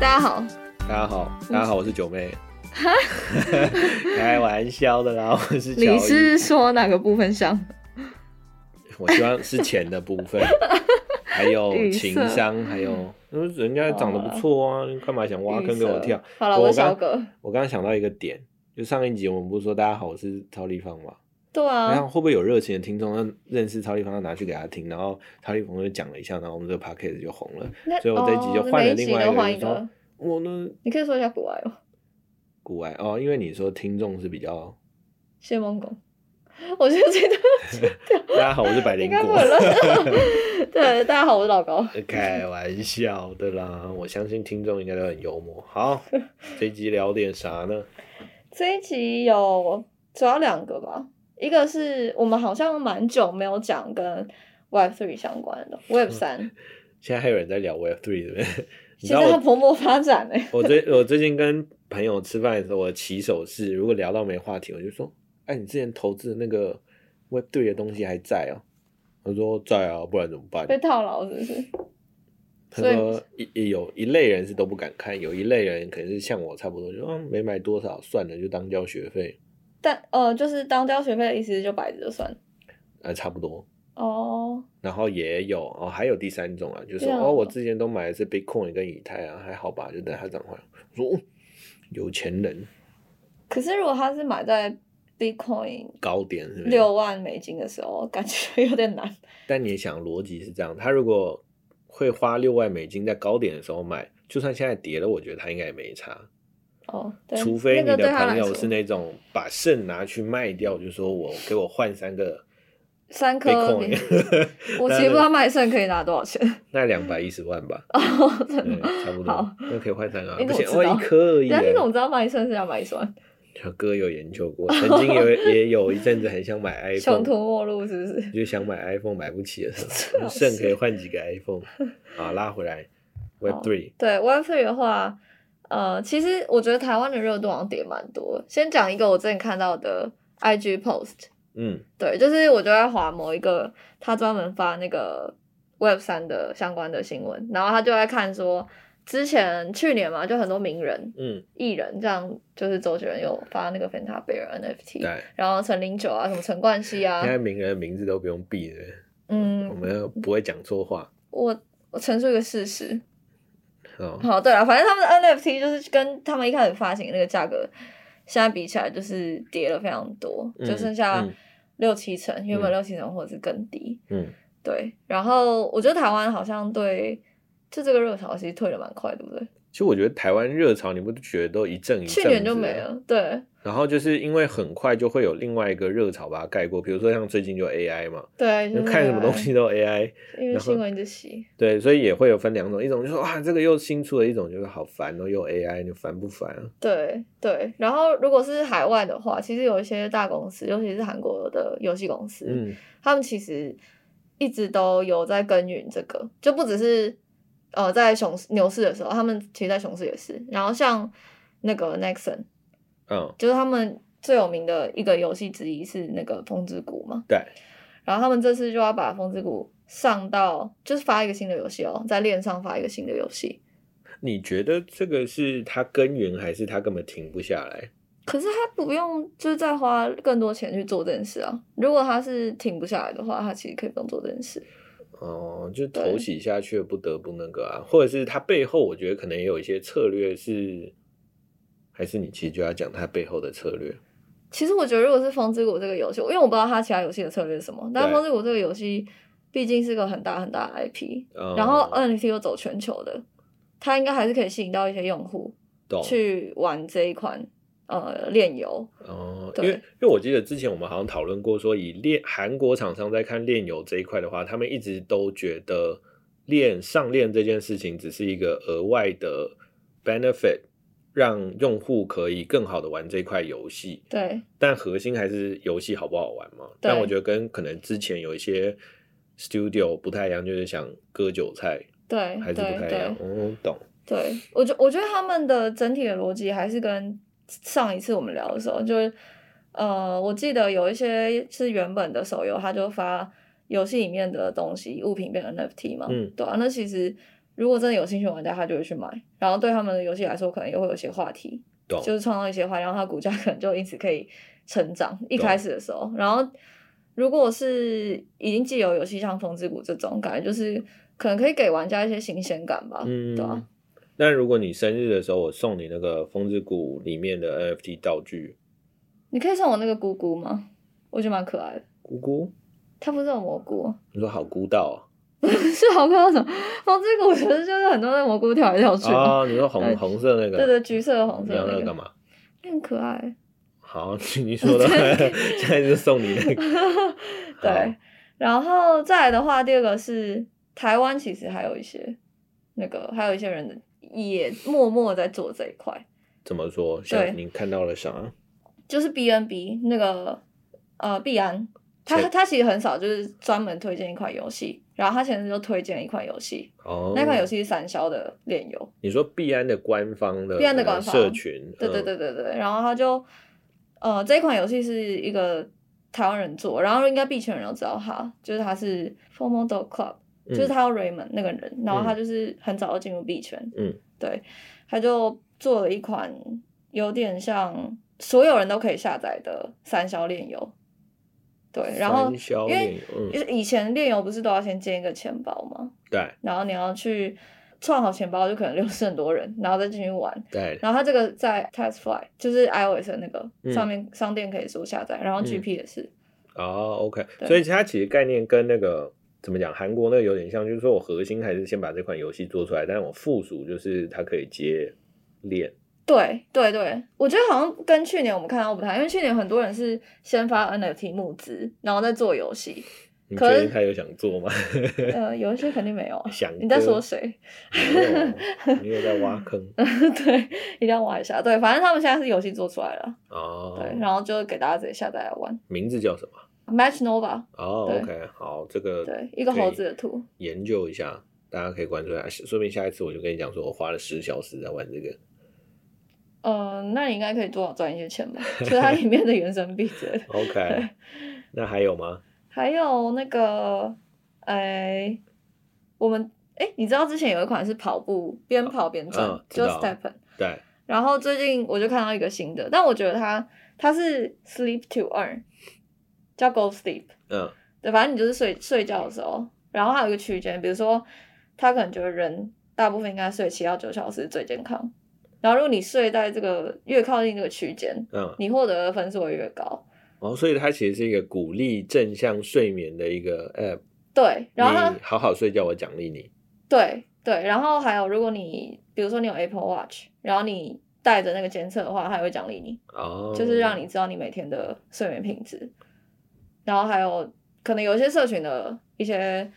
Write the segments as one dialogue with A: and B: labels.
A: 家好，
B: 大家好，大家好，我是九妹。 开玩笑的啦，我是乔
A: 你
B: 伊。
A: 是说哪个部分像？
B: 我希望是钱的部 分，还有
A: 语塞嗯
B: 情商，还有，因为人家长得不错啊，你干嘛想挖坑给我跳
A: 预设？好了，
B: 我
A: 我小
B: 刚
A: 哥。
B: 我刚刚想到一个点，就上一集我们不是说大家好，我是超立方嘛？
A: 对
B: 然后
A: 啊，
B: 会不会有热情的听众认识超立方，要拿去给他听，然后超立方就讲了一下，然后我们这个 podcast 就红了。
A: 那
B: 所以我这一集就
A: 哦
B: 换了
A: 每一集
B: 另外一
A: 都
B: 个
A: 换
B: 人
A: 一
B: 说
A: 个。
B: 我呢，
A: 你可以说一下古玩哦，
B: 古玩哦，因为你说听众是比较，
A: 谢梦工。 我觉得这段
B: 大家好，我是百
A: 应
B: 灵
A: 该不
B: 果
A: 会。乱。 对，大家好，我是老高。
B: 开玩笑的啦，我相信听众应该都很幽默。 好，这一集聊点啥呢？
A: 这一集有主要两个吧，一个是我们好像蛮久没有讲跟 Web Three 相关的 Web 三，
B: 现在还有人在聊 Web Three 对不对？你知
A: 现
B: 道
A: 在它
B: 我
A: 蓬勃发展欸呢、
B: 我最我最近跟朋友吃饭的时候，我的起手是如果聊到没话题，我就说：“哎，你之前投资的那个 Web Three 的东西还在哦。”他说：“在啊，不然怎么办
A: 被套牢是不是？？”
B: 他
A: 所以
B: 说：“一一有一类人是都不敢看，有一类人可能是像我差不多，就啊没买多少，算了，就当交学费，
A: 但呃，就是当交学费的意思就摆着就算
B: 啊，差不多。”
A: 哦。
B: 然后也有哦，还有第三种啊，就是
A: 对
B: 说
A: 啊
B: 哦，我之前都买的是 Bitcoin 跟以太啊，还好吧，就等它涨回来。我说、哦、有钱人
A: 可是如果他是买在 Bitcoin
B: 高点是不是？
A: 六万美金的时候，感觉有点难。
B: 但你想逻辑是这样，他如果会花六万美金在高点的时候买，就算现在跌了，我觉得他应该也没差，
A: 哦，对，
B: 除非你
A: 那个对
B: 的
A: 他
B: 朋
A: 来
B: 友
A: 说
B: 是那种把肾拿去卖掉，就说我给我换三 个
A: 三颗比，
B: Bitcoin，
A: 我其实不知道卖肾可以拿多少钱。
B: 那两百一十万吧，
A: 哦，真
B: 对，
A: 的吗？
B: 差不
A: 好
B: 多，那可以换三个啊，
A: 你
B: 不
A: 怎么
B: 行，
A: 知
B: 我
A: 道
B: 一颗而已啊
A: 但
B: 耶。
A: 你怎么知道卖肾是要买一万？
B: 小哥有研究过，曾经 有也有一阵子很想买
A: 穷
B: iPhone，
A: 途末路是不是？
B: 就想买 iPhone 买不起的时
A: 是
B: 候，剩可以换几个 iPhone 啊，拉回来 Web Three
A: 对 WiFi 的话，呃，其实我觉得台湾的热度好像跌蛮多。先讲一个我之前看到的 IG post，
B: 嗯
A: 对，就是我就在划某一个他专门发那个 Web 三的相关的新闻，然后他就在看说，之前去年嘛，就很多名人、
B: 嗯，
A: 艺人这样，就是周杰伦有发那个 Fanta Bear
B: 嗯
A: NFT，
B: 对，啊
A: 然后陈零九啊，什么陈冠希啊
B: 现，在名人的名字都不用避了，我
A: 嗯，
B: 们不会讲错话
A: 我我陈述一个事实，
B: 哦，
A: 好，对了，反正他们的 NFT 就是跟他们一开始发行的那个价格，现在比起来就是跌了非常多，
B: 嗯
A: 就剩下
B: 嗯
A: 六七成，原本
B: 嗯
A: 六七成或者是更低。
B: 嗯，
A: 对，然后我觉得台湾好像对就这个热潮其实退的蛮快，对不对？
B: 其实我觉得台湾热潮，你不觉得都一阵一阵，
A: 去年就
B: 啊
A: 没，了，对
B: 然后就是因为很快就会有另外一个热潮把它盖过，比如说像最近就 AI 嘛，
A: 对，
B: 就
A: 就是
B: 看什么
A: 那个
B: 东，西都 AI，
A: 因为
B: 然后
A: 新闻一直洗，
B: 对，所以也会有分两种，一种就说啊，这个又新出了一种，就是好烦哦，又 AI，你烦不烦啊？
A: 对对。然后如果是海外的话，其实有一些大公司，尤其是韩国的游戏公司，
B: 嗯，
A: 他们其实一直都有在耕耘这个，就不只是呃在熊市牛市的时候，他们其实在熊市也是。然后像那个 Nexon，
B: 嗯，
A: 就是他们最有名的一个游戏之一是那个风之谷嘛，
B: 对，
A: 然后他们这次就要把风之谷上到就是发一个新的游戏哦，在链上发一个新的游戏。
B: 你觉得这个是它耕耘，还是它根本停不下来？
A: 可是他不用，就是再花更多钱去做这件事啊。如果他是停不下来的话，他其实可以不用做这件事。
B: 哦，就
A: 对
B: 头洗下去了不得不那个啊，或者是它背后，我觉得可能也有一些策略是，还是你其实就要讲它背后的策略。
A: 其实我觉得，如果是《风之谷》这个游戏，因为我不知道它其他游戏的策略是什么，但《
B: 对
A: 风之谷》这个游戏毕竟是个很大很大的 IP，、
B: 嗯、
A: 然后呃 NFT 又走全球的，它应该还是可以吸引到一些用户
B: 懂
A: 去玩这一款呃炼油。
B: 哦，因
A: 对
B: 为因为我记得之前我们好像讨论过，说以炼韩国厂商在看炼油这一块的话，他们一直都觉得炼上炼这件事情只是一个额外的 benefit，让用户可以更好的玩这块游戏，
A: 对
B: 但核心还是游戏好不好玩嘛。
A: 对
B: 但我觉得跟可能之前有一些 studio 不太一样，就是想割韭菜，
A: 对
B: 还
A: 对
B: 是不太一样
A: 对。
B: 嗯，懂。
A: 对，我觉我觉得他们的整体的逻辑还是跟上一次我们聊的时候，就是呃，我记得有一些是原本的手游，它就发游戏里面的东西物品变成 NFT 嘛，
B: 嗯
A: 对啊，那其实。如果真的有兴趣玩家，他就会去买。然后对他们的游戏来说，可能也会有些话题，
B: 懂
A: 就是创造一些话题，然后它股价可能就因此可以成长。一
B: 懂
A: 开始的时候，然后如果是已经既有游戏，像风之谷这种，感觉就是可能可以给玩家一些新鲜感吧。
B: 嗯，
A: 对啊。
B: 那如果你生日的时候，我送你那个风之谷里面的 NFT 道具，
A: 你可以送我那个姑姑吗？我觉得蛮可爱的。
B: 咕咕，
A: 它不是有蘑菇 哦，
B: 你说好孤道啊
A: 是好哦看到什么？风之谷其实就是很多那蘑菇跳来跳去
B: 啊！
A: 嘛，
B: 哦，你说红
A: 呃
B: 红色那个，
A: 对对，橘色、红
B: 你
A: 色
B: 要那
A: 那
B: 个干
A: 个，
B: 嘛？
A: 很可爱。
B: 好， 你说 的， 现在就送你那个。
A: 对，然后再来的话，第二个是台湾，其实还有一些那个，还有一些人也默默在做这一块，
B: 怎么说？像
A: 对
B: 你看到了啥？
A: 就是 BNB 那个呃币安，他
B: 谁
A: 他其实很少就是专门推荐一款游戏，然后他前阵就推荐一款游戏，
B: 哦，
A: 那款游戏是散销的炼油，
B: 你说币安的官方的
A: 币安的
B: 那个
A: 官方
B: 社群，
A: 对
B: 嗯
A: 对对，对对，然后他就呃这款游戏是一个台湾人做，然后应该币圈人都知道他，就是他是 Formal Dog Club。
B: 嗯
A: 就是他叫 Raymond 那个人，然后他就是很早就进入币圈，
B: 嗯，
A: 对，他就做了一款有点像所有人都可以下载的三消炼油，对，然后
B: 嗯三消
A: 因为
B: 炼油
A: 就
B: 嗯，
A: 是以前炼油不是都要先建一个钱包吗？
B: 对
A: 然后你要去创好钱包，就可能认识很多人，然后再进去玩。
B: 对，
A: 然后它这个在 Testfly 就是 iOS 的那个
B: 嗯
A: 上面商店可以做下载，然后
B: 嗯
A: GP 也是，
B: 哦，OK，
A: 对
B: 所以它其实概念跟那个怎么讲，韩国那个有点像，就是说我核心还是先把这款游戏做出来，但我附属就是它可以接链，
A: 对对对，我觉得好像跟去年我们看到不太，因为去年很多人是先发 NFT 募资，然后再做 游戏，
B: 你
A: 可
B: 确定
A: 是
B: 他有想做吗？
A: 呃，有一些肯定没有啊。
B: 想
A: 你在
B: 哥
A: 说谁？
B: 没有，你有在挖坑
A: 对，一定要挖一下。对，反正他们现在是游戏做出来了，
B: 哦。
A: 对，然后就给大家直接下载来玩。
B: 名字叫什么？
A: Match Nova，
B: 哦
A: 对
B: ，OK，好，这个
A: 对，一个
B: 可以
A: 猴子的图，
B: 研究一下，大家可以关注一下。说不定下一次我就跟你讲，说我花了十小时在玩这个。
A: 呃，那你应该可以多少赚一些钱 吧？就是它里面的原生币之类的，
B: OK，那 还有吗？
A: 还有那个，哎，我们哎，你知道之前有一款是跑步边跑边赚，
B: 嗯知
A: 就
B: 道
A: Stepen。
B: 对，
A: 然后最近我就看到一个新的，但我觉得它它是 sleep to earn，叫 go sleep，
B: 嗯
A: 对，反正你就是睡睡觉的时候，然后它有一个区间，比如说他可能觉得人大部分应该睡七到九小时最健康，然后如果你睡在这个越靠近这个区间，
B: 嗯，
A: 你获得的分数会越高。
B: 哦，所以它其实是一个鼓励正向睡眠的一个 App。
A: 对，然后它
B: 你好好睡觉，我奖励你。
A: 对对，然后还有如果你比如说你有 Apple Watch，然后你带着那个监测的话，它也会奖励你。
B: 哦，
A: 就是让你知道你每天的睡眠品质，然后还有可能有一些社群的一些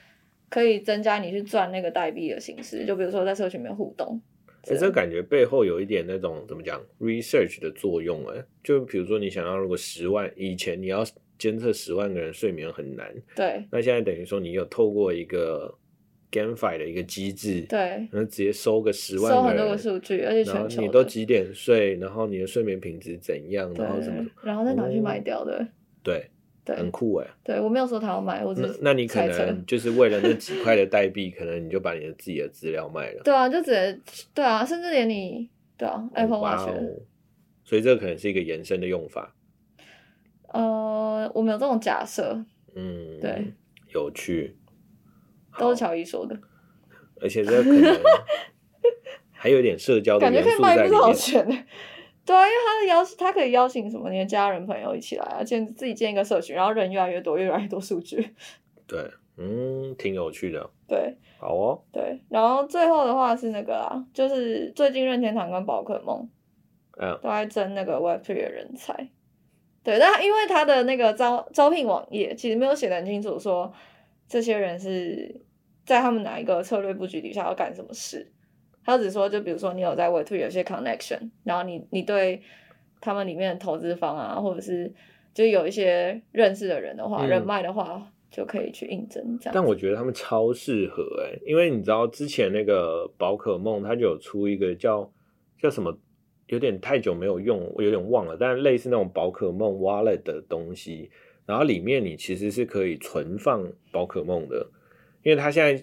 A: 可以增加你去赚那个代币的形式，就比如说在社群里面互动之
B: 欸、
A: 类的。
B: 这感觉背后有一点那种怎么讲 research 的作用哎、就比如说你想要如果十万以前你要监测十万个人睡眠很难，
A: 对
B: 那现在等于说你有透过一个 GameFi 的一个机制，
A: 对，
B: 然后直接收个十万
A: 收很
B: 人
A: 多个数据，而且
B: 然后
A: 全球
B: 你
A: 的
B: 都几点睡，然后你的睡眠品质怎样，
A: 对
B: 然后怎么，
A: 然后再拿去卖
B: 哦
A: 掉的。
B: 对，很
A: 对
B: 酷哎、
A: 对，我没有说他要卖，我只
B: 那
A: 是
B: 那你可
A: 猜测
B: 能就是为了那几块的代币，可能你就把你的自己的资料卖了。
A: 对啊，就直接对啊，甚至连你对啊 Apple
B: 哇
A: Watch，、
B: 哦！所以这可能是一个延伸的用法。
A: 呃，我们有这种假设，
B: 嗯，
A: 对，
B: 有趣。
A: 都是
B: 好
A: 乔伊说的，
B: 而且这可能还有一点社交的
A: 感觉
B: 元
A: 可以
B: 素
A: 卖
B: 在里
A: 不少
B: 面。
A: 钱呢。对啊，因为他的邀，他可以邀请什么你的家人朋友一起来啊，建自己建一个社群，然后人越来越多，越来越多数据。
B: 对，嗯，挺有趣的。
A: 对
B: 好哦，
A: 对，然后最后的话是那个啦，就是最近任天堂跟宝可梦
B: 嗯，
A: 都在争那个 Web3 的人才。对，但因为他的那个招招聘网页其实没有写的很清楚说这些人是在他们哪一个策略布局底下要干什么事。他只说，就比如说你有在 Web2 有些 connection，然后你你对他们里面的投资方啊，或者是就有一些认识的人的话，
B: 嗯
A: 人脉的话，就可以去应征这样。
B: 但我觉得他们超适合哎、因为你知道之前那个宝可梦，它就有出一个叫叫什么，有点太久没有用，我有点忘了，但类似那种宝可梦 wallet 的东西，然后里面你其实是可以存放宝可梦的，因为它现在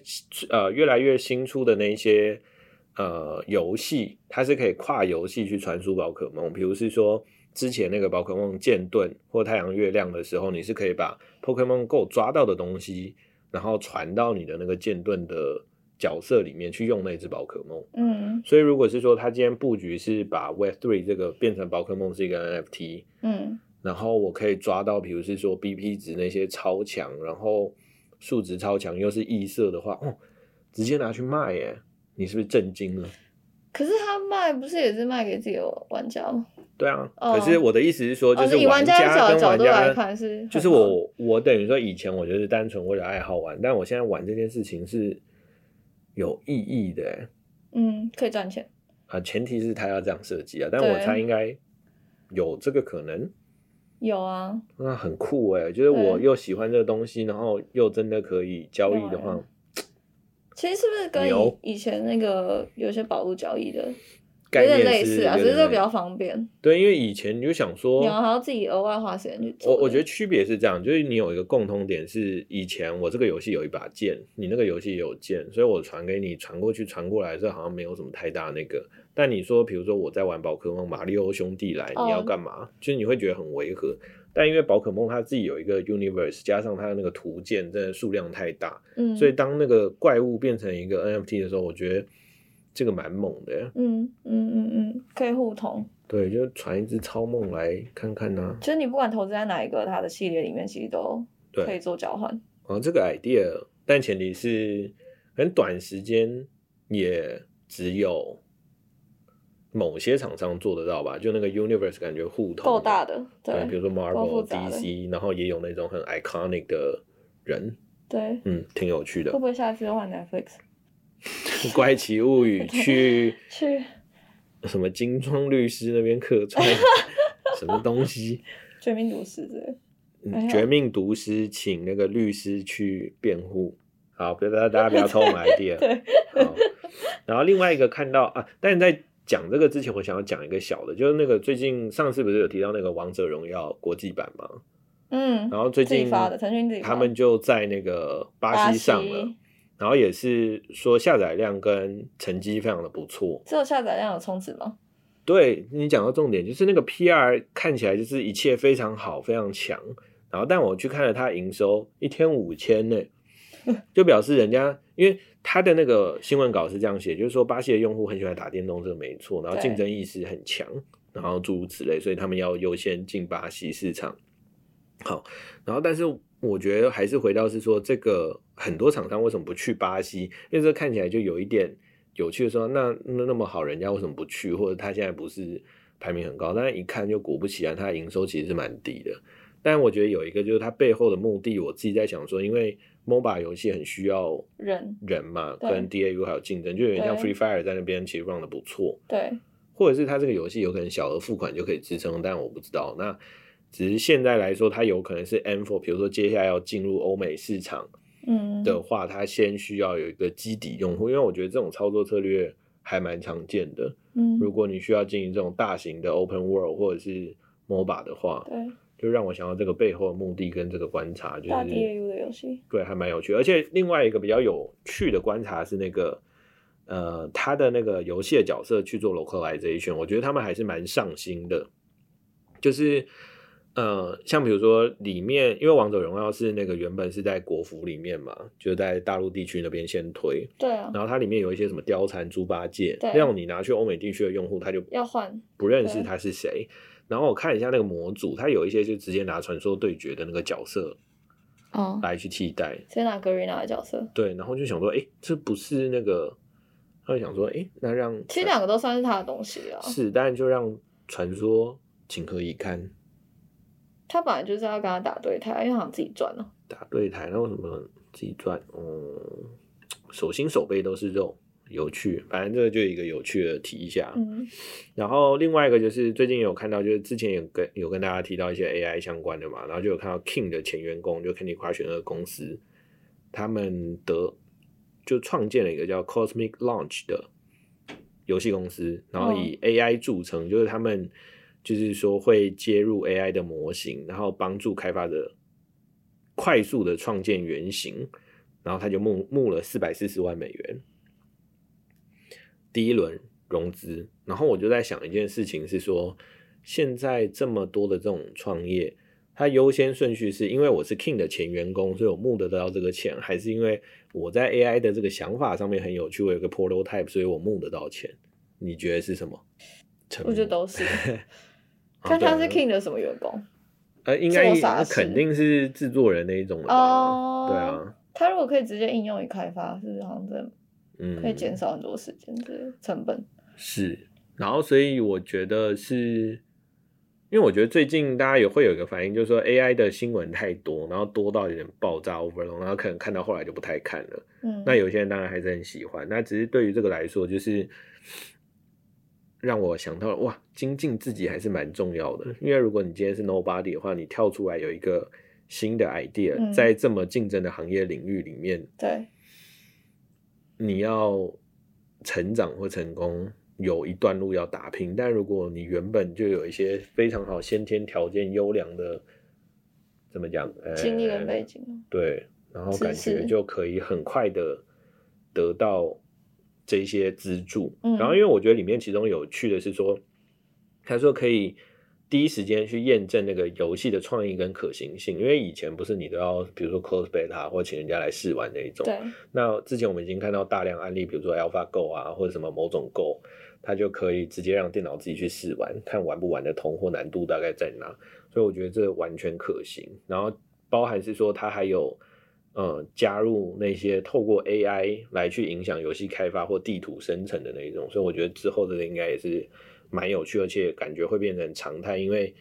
B: 呃越来越新出的那一些呃游戏，它是可以跨游戏去传输宝可梦，比如是说之前那个宝可梦剑盾或太阳月亮的时候，你是可以把 Pokemon Go 抓到的东西，然后传到你的那个剑盾的角色里面去用那只宝可梦。
A: 嗯
B: 所以如果是说它今天布局是把 Web Three 这个变成宝可梦是一个 NFT，
A: 嗯
B: 然后我可以抓到，比如是说 BP 值那些超强，然后数值超强又是异色的话，哦，直接拿去卖耶！你是不是震惊了？
A: 可是他卖不是也是卖给自己的玩家吗？
B: 对啊，
A: 哦
B: 可是我的意思是说，就
A: 哦，
B: 是
A: 以玩
B: 家
A: 家的角
B: 跟
A: 角
B: 玩
A: 度
B: 家，
A: 来看是，
B: 就是，我我等于说以前我就是单纯为了爱好玩，但我现在玩这件事情是有意义的耶
A: 嗯，可以赚钱。
B: 啊、前提是他要这样设计啊，但
A: 对
B: 我猜应该有这个可能。
A: 有啊，
B: 那很酷哎、就是
A: 对
B: 我又喜欢这个东西，然后又真的可以交易的
A: 对
B: 话，
A: 其实是不是跟
B: 牛
A: 以以前那个有些宝物交易的有
B: 概
A: 点
B: 念
A: 类似啊？只是
B: 这
A: 这比较方便，
B: 对，因为以前你就想说
A: 你，要还要自己额外花时间去做
B: 我
A: 的。
B: 我觉得区别是这样，就是你有一个共通点是，以前我这个游戏有一把剑，你那个游戏也有剑，所以我传给你，传过去，传过来的时候好像没有什么太大那个。但你说，比如说我在玩宝可梦马里奥兄弟来，
A: 哦
B: 你要干嘛？就是你会觉得很违和。但因为宝可梦它自己有一个 universe，加上它的那个图鉴真的数量太大，
A: 嗯，
B: 所以当那个怪物变成一个 NFT 的时候，我觉得这个蛮猛的耶。
A: 嗯嗯嗯嗯，可以互通。
B: 对，就传一只超梦来看看啊呐、
A: 其实你不管投资在哪一个，它的系列里面其实都
B: 对
A: 可以做交换。
B: 哦，这个 idea，但前提是很短时间，也只有某些厂商做得到吧？就那个 Universe 感觉互通
A: 够大
B: 的，
A: 的，
B: 嗯比
A: 对
B: 如说
A: 复
B: Marvel、
A: 杂的
B: DC，然后也有那种很 iconic 的人，
A: 对。
B: 嗯，挺有趣
A: 会不
B: 的。
A: 会下一次就换 Netflix
B: 怪奇物语去
A: 去？
B: 什么金装律师那边客串 什么东西？
A: 绝命毒师之类的。
B: 嗯
A: 哎呀
B: 绝命毒师请那个律师去辩护。好，不要大家大家不要 偷我们 idea。
A: 对，
B: 好，然后另外一个看到啊，但是在讲这个之前，我想要讲一个小的，就是那个最近上次不是有提到那个《王者荣耀》国际版嘛，
A: 嗯，
B: 然后最
A: 自己
B: 近
A: 发的，腾讯自己发
B: 他们就在那个巴西上
A: 巴
B: 了
A: 西，
B: 然后也是说下载量跟成绩非常的不错。
A: 只有下载量有充值吗？
B: 对你讲到重点，就是那个 PR 看起来就是一切非常好，非常强。然后，但我去看了它营收一天五千呢，就表示人家因为他的那个新闻稿是这样写，就是说巴西的用户很喜欢打电动，这个没错，然后
A: 对
B: 竞争意识很强，然后诸如此类，所以他们要优先进巴西市场。好，然后但是我觉得还是回到是说，这个很多厂商为什么不去巴西？因为这看起来就有一点有趣的说，那那那么好，人家为什么不去？或者他现在不是排名很高，但是一看就果不其然，它的营收其实是蛮低的。但我觉得有一个就是它背后的目的，我自己在想说，因为 MOBA 游戏很需要
A: 人
B: 人嘛，
A: 对
B: 跟 DAU 还有竞争，就有点像
A: 对
B: Free Fire 在那边其实 run 的不错，
A: 对，
B: 或者是它这个游戏有可能小额付款就可以支撑，但我不知道。那只是现在来说，它有可能是 M4，比如说接下来要进入欧美市场
A: 嗯，
B: 的话，它先需要有一个基底用户，因为我觉得这种操作策略还蛮常见的。
A: 嗯，
B: 如果你需要经营这种大型的 Open World 或者是 MOBA 的话，
A: 对
B: 就让我想到这个背后的目的跟这个观察，就
A: 大
B: 是
A: DAU 的游戏，
B: 对，还蛮有趣。而且另外一个比较有趣的观察是那个，呃，他的那个游戏的角色去做 localization，我觉得他们还是蛮上心的。就是，呃，像比如说里面，因为王者荣耀是那个原本是在国服里面嘛，就在大陆地区那边先推，
A: 对啊，
B: 然后它里面有一些什么貂蝉、猪八戒，
A: 对
B: 那种你拿去欧美地区的用户，他就
A: 要换，
B: 不认识
A: 对
B: 他是谁。然后我看一下那个模组，它有一些就直接拿传说对决的那个角色
A: 哦，
B: 来去替代，
A: 直接拿 Garena 的角色，
B: 对，然后就想说，哎，这不是那个，他就想说，哎，那让
A: 其实两个都算是他的东西啊。
B: 是，但就让传说情何以堪
A: 他本来就是要跟他打对台，因为他想自己赚啊了。
B: 打对台，然后什么自己赚，嗯，手心手背都是肉，有趣，反正这个就一个有趣的提一下。
A: 嗯，
B: 然后另外一个就是最近有看到，就是之前有跟有跟大家提到一些 AI 相关的嘛，然后就有看到 King 的前员工就 Candy Crush 那个公司，他们得就创建了一个叫 Cosmic Launch 的游戏公司，然后以 AI 著称，就是他们就是说会接入 AI 的模型，然后帮助开发者快速的创建原型，然后他就募募了四百四十万美元，第一轮融资。然后我就在想一件事情是说，现在这么多的这种创业，它优先顺序是因为我是 King 的前员工，所以我募得到这个钱，还是因为我在 AI 的这个想法上面很有趣，我有个 prototype，所以我募得到钱？你觉得是什么？成
A: 我觉得
B: 功
A: 都是。
B: 啊
A: 看他
B: 对
A: 是 King 的什么员工，
B: 呃，应该
A: 做啥
B: 那
A: 事
B: 肯定是制作人那一种了吧？
A: 哦
B: 对啊，
A: 他如果可以直接应用与开发，是不是好像真
B: 嗯，
A: 的可以减少很多时间的成本？
B: 是，然后所以我觉得是，因为我觉得最近大家也会有一个反应，就是说 AI 的新闻太多，然后多到有点爆炸 overload，然后可能看到后来就不太看了。
A: 嗯，
B: 那有些人当然还是很喜欢，那只是对于这个来说，就是让我想到哇，精进自己还是蛮重要的。因为如果你今天是 nobody 的话，你跳出来有一个新的 idea，、
A: 嗯
B: 在这么竞争的行业领域里面，
A: 对，
B: 你要成长或成功，有一段路要打拼。但如果你原本就有一些非常好先天条件优良的，怎么讲？呃
A: 经历跟背景。
B: 对，然后感
A: 知
B: 觉
A: 识
B: 就可以很快的得到这些资助。
A: 嗯
B: 然后，因为我觉得里面其中有趣的是说，他说可以第一时间去验证那个游戏的创意跟可行性，因为以前不是你都要比如说 close beta 或请人家来试玩那一种。
A: 对，
B: 那之前我们已经看到大量案例，比如说 AlphaGo 啊，或者什么某种 Go，它就可以直接让电脑自己去试玩，看玩不玩得通或难度大概在哪。所以我觉得这完全可行。然后包含是说它还有呃加入那些透过 AI 来去影响游戏开发或地图生成的那一种，所以我觉得之后这个应该也是蛮有趣，而且感觉会变成常态，因为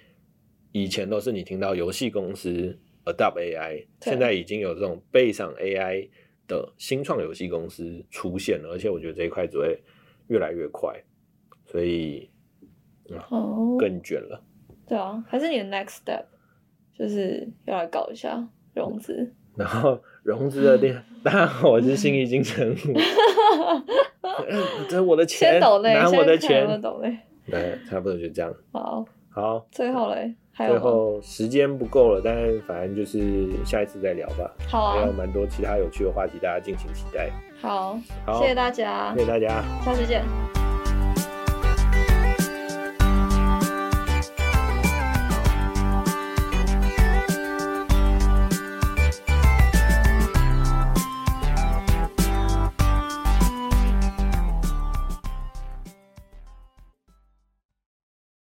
B: 以前都是你听到游戏公司 adopt AI，
A: 对
B: 现在已经有这种背上 AI 的新创游戏公司出现了，而且我觉得这一块只会越来越快，所以
A: 哦，
B: 更卷了。
A: 对啊，还是你的 next step 就是要来搞一下融资，
B: 然后融资的店，大家好，我是新一金城武，这是我的钱，
A: 先抖嘞，
B: 拿
A: 先
B: 我的
A: 看有没
B: 钱，
A: 有抖嘞。
B: 对，差不多就这样。
A: 好，
B: 好，
A: 最后嘞，还有
B: 最
A: 吗
B: 后时间不够了，但反正就是下一次再聊吧，
A: 好
B: 还
A: 啊
B: 有，蛮多其他有趣的话题，大家敬请期待。
A: 好，
B: 好，
A: 谢谢大家
B: 谢，谢大家。
A: 下次见。